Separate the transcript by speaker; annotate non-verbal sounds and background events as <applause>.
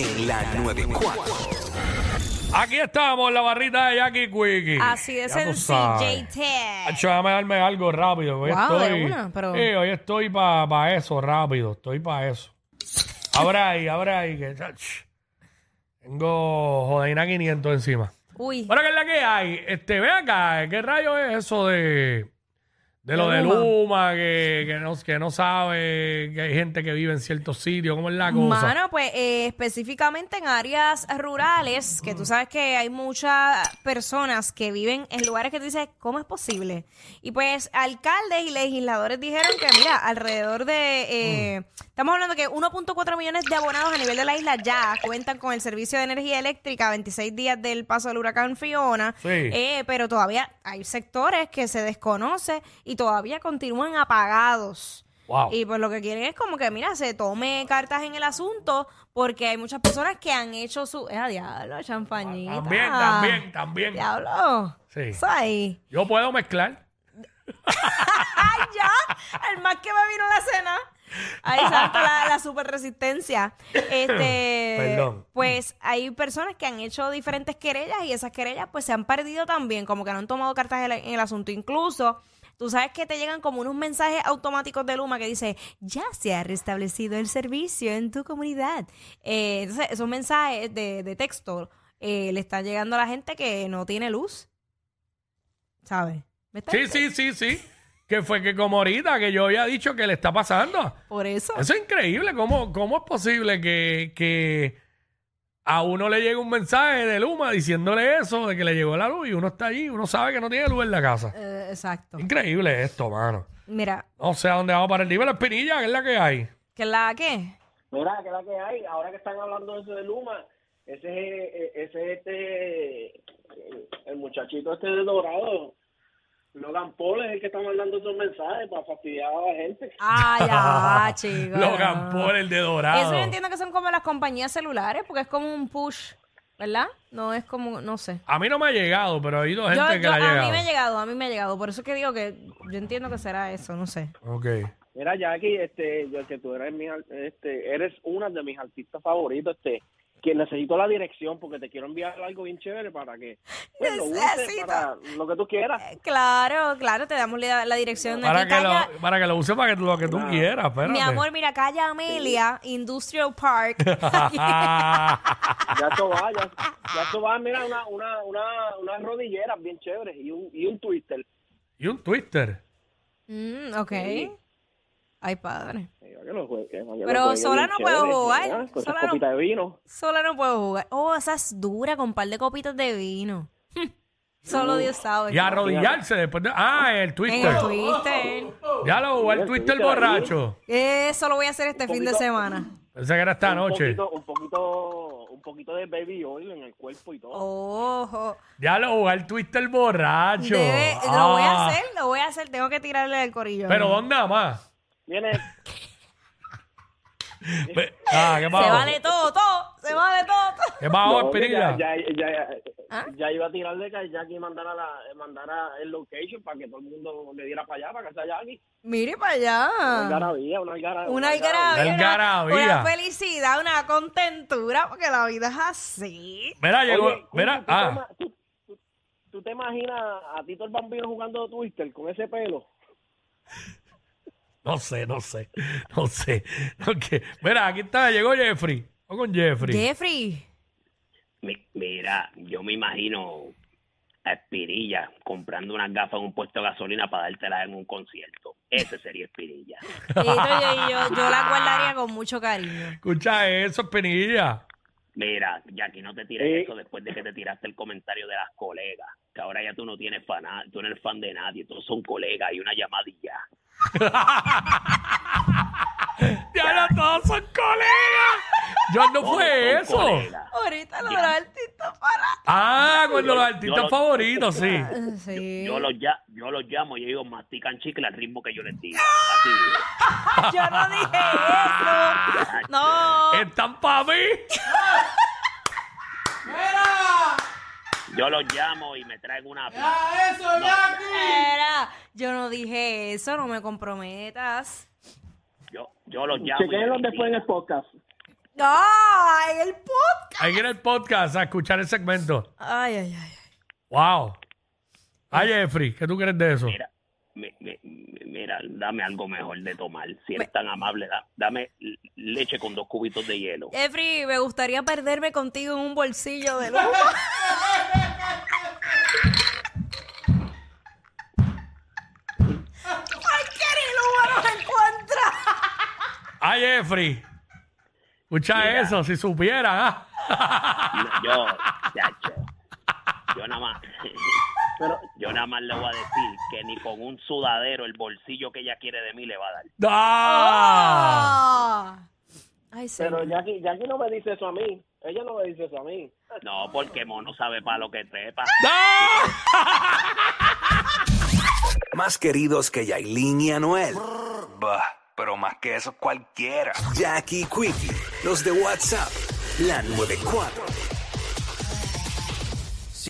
Speaker 1: la 94.
Speaker 2: Aquí estamos, la barrita de Jackie Quickie.
Speaker 3: Así
Speaker 2: Ya
Speaker 3: de
Speaker 2: tú
Speaker 3: sencilla
Speaker 2: sabes. Acho,
Speaker 3: Ted.
Speaker 2: déjame darme algo rápido. Hoy
Speaker 3: Wow, de
Speaker 2: estoy,
Speaker 3: una, pero-
Speaker 2: Sí, hoy estoy para eso, rápido. Estoy para eso. Ahora ahí, ahora ahí. Que, ach, tengo jodaina 500 encima.
Speaker 3: Uy,
Speaker 2: Bueno, ¿qué es la que hay? Este, ve acá, ¿qué rayo es eso de, de lo de
Speaker 3: Luma.
Speaker 2: Luma? Que, que no, que no sabe que hay gente que vive en ciertos sitios. ¿Cómo es la cosa?
Speaker 3: mano, pues eh, específicamente en áreas rurales, que tú sabes que hay muchas personas que viven en lugares que tú dices, ¿cómo es posible? Y pues alcaldes y legisladores dijeron que, mira, alrededor de, eh, estamos hablando que 1.4 millones de abonados a nivel de la isla ya cuentan con el servicio de energía eléctrica a 26 días del paso del huracán Fiona.
Speaker 2: Sí.
Speaker 3: Eh, pero todavía hay sectores que se desconoce y todavía continúan apagados.
Speaker 2: Wow.
Speaker 3: Y pues lo que quieren es como que, mira, se tome cartas en el asunto porque hay muchas personas que han hecho su... ¡Eh, a diablo, champañita!
Speaker 2: También, también, también.
Speaker 3: ¡Diablo!
Speaker 2: Sí.
Speaker 3: Eso ahí.
Speaker 2: Yo puedo mezclar.
Speaker 3: ¡Ay, ya! El más que me vino la cena. Ahí salta la, la super resistencia. Este,
Speaker 2: Perdón.
Speaker 3: Pues hay personas que han hecho diferentes querellas y esas querellas pues se han perdido también, como que no han tomado cartas en el, en el asunto. Incluso, tú sabes que te llegan como unos mensajes automáticos de Luma que dice, ya se ha restablecido el servicio en tu comunidad. Eh, entonces, esos mensajes de, de texto eh, le están llegando a la gente que no tiene luz. ¿Sabes? ¿Me estás
Speaker 2: Sí, sí, sí, sí. Que fue que como ahorita que yo había dicho que le está pasando.
Speaker 3: Por eso.
Speaker 2: Eso es increíble. ¿Cómo, cómo es posible que, que a uno le llegue un mensaje de Luma diciéndole eso, de que le llegó la luz y uno está allí, uno sabe que no tiene luz en la casa?
Speaker 3: Eh, exacto.
Speaker 2: Increíble esto, mano.
Speaker 3: Mira,
Speaker 2: No sé a dónde vamos para el nivel. Espinilla, que es la que hay.
Speaker 3: ¿qué la qué?
Speaker 4: Mira, que la que hay, ahora que están hablando de eso de Luma, ese es eh, ese es este eh, el muchachito este de Dorado, Logan Paul es el que está mandando esos mensajes para fastidiar a la gente.
Speaker 2: <laughs>
Speaker 3: Ay, ya, chicos.
Speaker 2: Logan Paul, el de dorado.
Speaker 3: Eso yo entiendo que son como las compañías celulares, porque es como un push, ¿verdad? No es como, no sé.
Speaker 2: A mí no me ha llegado, pero ha habido
Speaker 3: Yo-
Speaker 2: gente que
Speaker 3: yo-
Speaker 2: la
Speaker 3: a
Speaker 2: ha llegado.
Speaker 3: mí me ha llegado, a mí me ha llegado. Por eso que digo que yo entiendo que será eso, no sé.
Speaker 2: Ok.
Speaker 4: Mira, Jackie, este, yo que tú eres mi, ar- este, eres una de mis artistas favoritos, este, que necesito la dirección porque te quiero enviar algo bien chévere para que pues, lo uses
Speaker 3: Necesito.
Speaker 4: para lo que tú quieras.
Speaker 3: Eh, Claro, claro, te damos la, la dirección.
Speaker 2: Para
Speaker 3: Aquí
Speaker 2: que,
Speaker 3: calla-
Speaker 2: lo, para que lo use para que, lo que tú quieras, espérate.
Speaker 3: mi amor, <laughs> mira, calle Amelia, Industrial Park. Aquí.
Speaker 4: Ya esto va, ya, ya esto va, mira, una, una, una, unas rodilleras bien chéveres y un, y un twister.
Speaker 2: <laughs> y un twister.
Speaker 3: Mm, ok. Ay, padre.
Speaker 4: Mira, que Eh, lo juegue, que lo
Speaker 3: Pero
Speaker 4: juegue
Speaker 3: sola
Speaker 4: bien
Speaker 3: no puedo
Speaker 4: chévere,
Speaker 3: jugar,
Speaker 4: mira, Con esas
Speaker 3: sola no-
Speaker 4: copitas de vino.
Speaker 3: Sola no puedo jugar. Oh, esa es dura con un par de copitas de vino. <laughs> Solo Dios sabe.
Speaker 2: Y arrodillarse después de... Ah, el
Speaker 3: En
Speaker 2: twister.
Speaker 3: el Twister.
Speaker 2: Ya lo jugó el
Speaker 4: El
Speaker 2: twister
Speaker 4: Twister ahí.
Speaker 2: borracho.
Speaker 3: Eso lo voy a hacer este fin de
Speaker 4: poquito-
Speaker 3: semana.
Speaker 2: Pensé que era esta
Speaker 4: un
Speaker 2: noche.
Speaker 4: Poquito, un, poquito, un poquito de baby oil en el cuerpo y
Speaker 3: Oh.
Speaker 4: todo.
Speaker 3: Ojo.
Speaker 2: Ya lo jugó el twister borracho.
Speaker 3: Debe- Lo voy a
Speaker 2: Ah.
Speaker 3: hacer, lo voy a hacer. Tengo que tirarle el corillo.
Speaker 2: Pero ¿dónde más?
Speaker 4: Viene,
Speaker 2: Ve- Ah, ¿qué
Speaker 3: Se
Speaker 2: pasó?
Speaker 3: vale todo, todo. Se vale todo. todo.
Speaker 2: ¿Qué pasó,
Speaker 4: No, que
Speaker 2: Espinilla?
Speaker 4: ya, ya, ya,
Speaker 3: ¿Ah?
Speaker 4: ya iba a tirarle que Jackie mandara, la, mandara el location para que todo el mundo le diera para allá, para que sea Jackie.
Speaker 3: Mire para
Speaker 4: Una
Speaker 3: allá.
Speaker 4: algarabía, una algarabía.
Speaker 3: Ah. Una algarabía.
Speaker 2: Una algarabía.
Speaker 3: Una felicidad, una contentura, porque la vida es así.
Speaker 2: Mira, llegó...
Speaker 4: Oye, Cucu,
Speaker 2: mira,
Speaker 4: ¿tú te
Speaker 2: ah.
Speaker 4: ima- tú- tú- ¿Tú te imaginas a Tito el Bambino jugando Twister con ese pelo?
Speaker 2: No sé, no sé. No sé. <laughs> Ok. Mira, aquí está. Llegó Jeffrey. O con Jeffrey.
Speaker 3: Jeffrey.
Speaker 5: Mi- Mira, yo me imagino a Espirilla comprando unas gafas en un puesto de gasolina para dártelas en un concierto. Ese sería Espirilla.
Speaker 3: Esto yo, yo- yo la guardaría con mucho cariño.
Speaker 2: Escucha eso, Espinilla.
Speaker 5: Mira, Jackie, no te tires
Speaker 4: Eh.
Speaker 5: eso después de que te tiraste el comentario de las colegas. Que ahora ya tú no tienes fan, tú no eres fan de nadie, todos son colegas y una llamadilla.
Speaker 2: Ya no todos son colegas. Yo no
Speaker 5: Todos
Speaker 2: fue
Speaker 5: son
Speaker 2: eso.
Speaker 5: colegas.
Speaker 3: Ahorita lo hará el Tito para.
Speaker 2: Ah, cuando
Speaker 5: Yo-
Speaker 2: los
Speaker 5: yo
Speaker 2: artistas
Speaker 5: lo-
Speaker 2: favoritos, sí.
Speaker 3: Sí.
Speaker 5: Yo los, ya, yo los llamo y ellos mastican chicle al ritmo que yo les digo. Así digo.
Speaker 3: Yo no dije eso. No.
Speaker 2: Están para mí.
Speaker 5: Yo los llamo y me traen una...
Speaker 3: Era, yo no dije eso, no me comprometas.
Speaker 5: Yo, yo los llamo y me
Speaker 4: Chequenlos después en
Speaker 5: visitan.
Speaker 4: el podcast.
Speaker 3: ¡Ay, el podcast!
Speaker 2: Hay que ir al podcast a escuchar el segmento.
Speaker 3: Ay, ay, ay.
Speaker 2: Wow. Ay, Jeffrey, ¿qué tú crees de eso?
Speaker 5: Mira, mi- mi- mi- mira, dame algo mejor de tomar. Si eres tan amable, da- dame leche con dos cubitos de hielo.
Speaker 3: Eh, Jeffrey, me gustaría perderme contigo en un bolsillo de luma. ¡Ay, qué ni luma nos encuentra!
Speaker 2: Ay, Jeffrey. Escucha
Speaker 5: Mira.
Speaker 2: eso, si supieran. ah.
Speaker 5: No, Yo, chacho, yo nada más, <laughs>
Speaker 4: Pero,
Speaker 5: yo nada más le voy a decir que ni con un sudadero el bolsillo que ella quiere de mí le va a dar. Oh.
Speaker 2: ¡Ah!
Speaker 3: Ay, sí.
Speaker 4: pero Jackie, Jackie no me dice eso a mí. Ella no me dice eso a mí.
Speaker 5: No, porque mono sabe para lo que trepa.
Speaker 2: ¡Ah!
Speaker 1: Más queridos que Yailin y Anuel. Bah, pero más que eso cualquiera. Jackie Quickie, los de WhatsApp, la 94.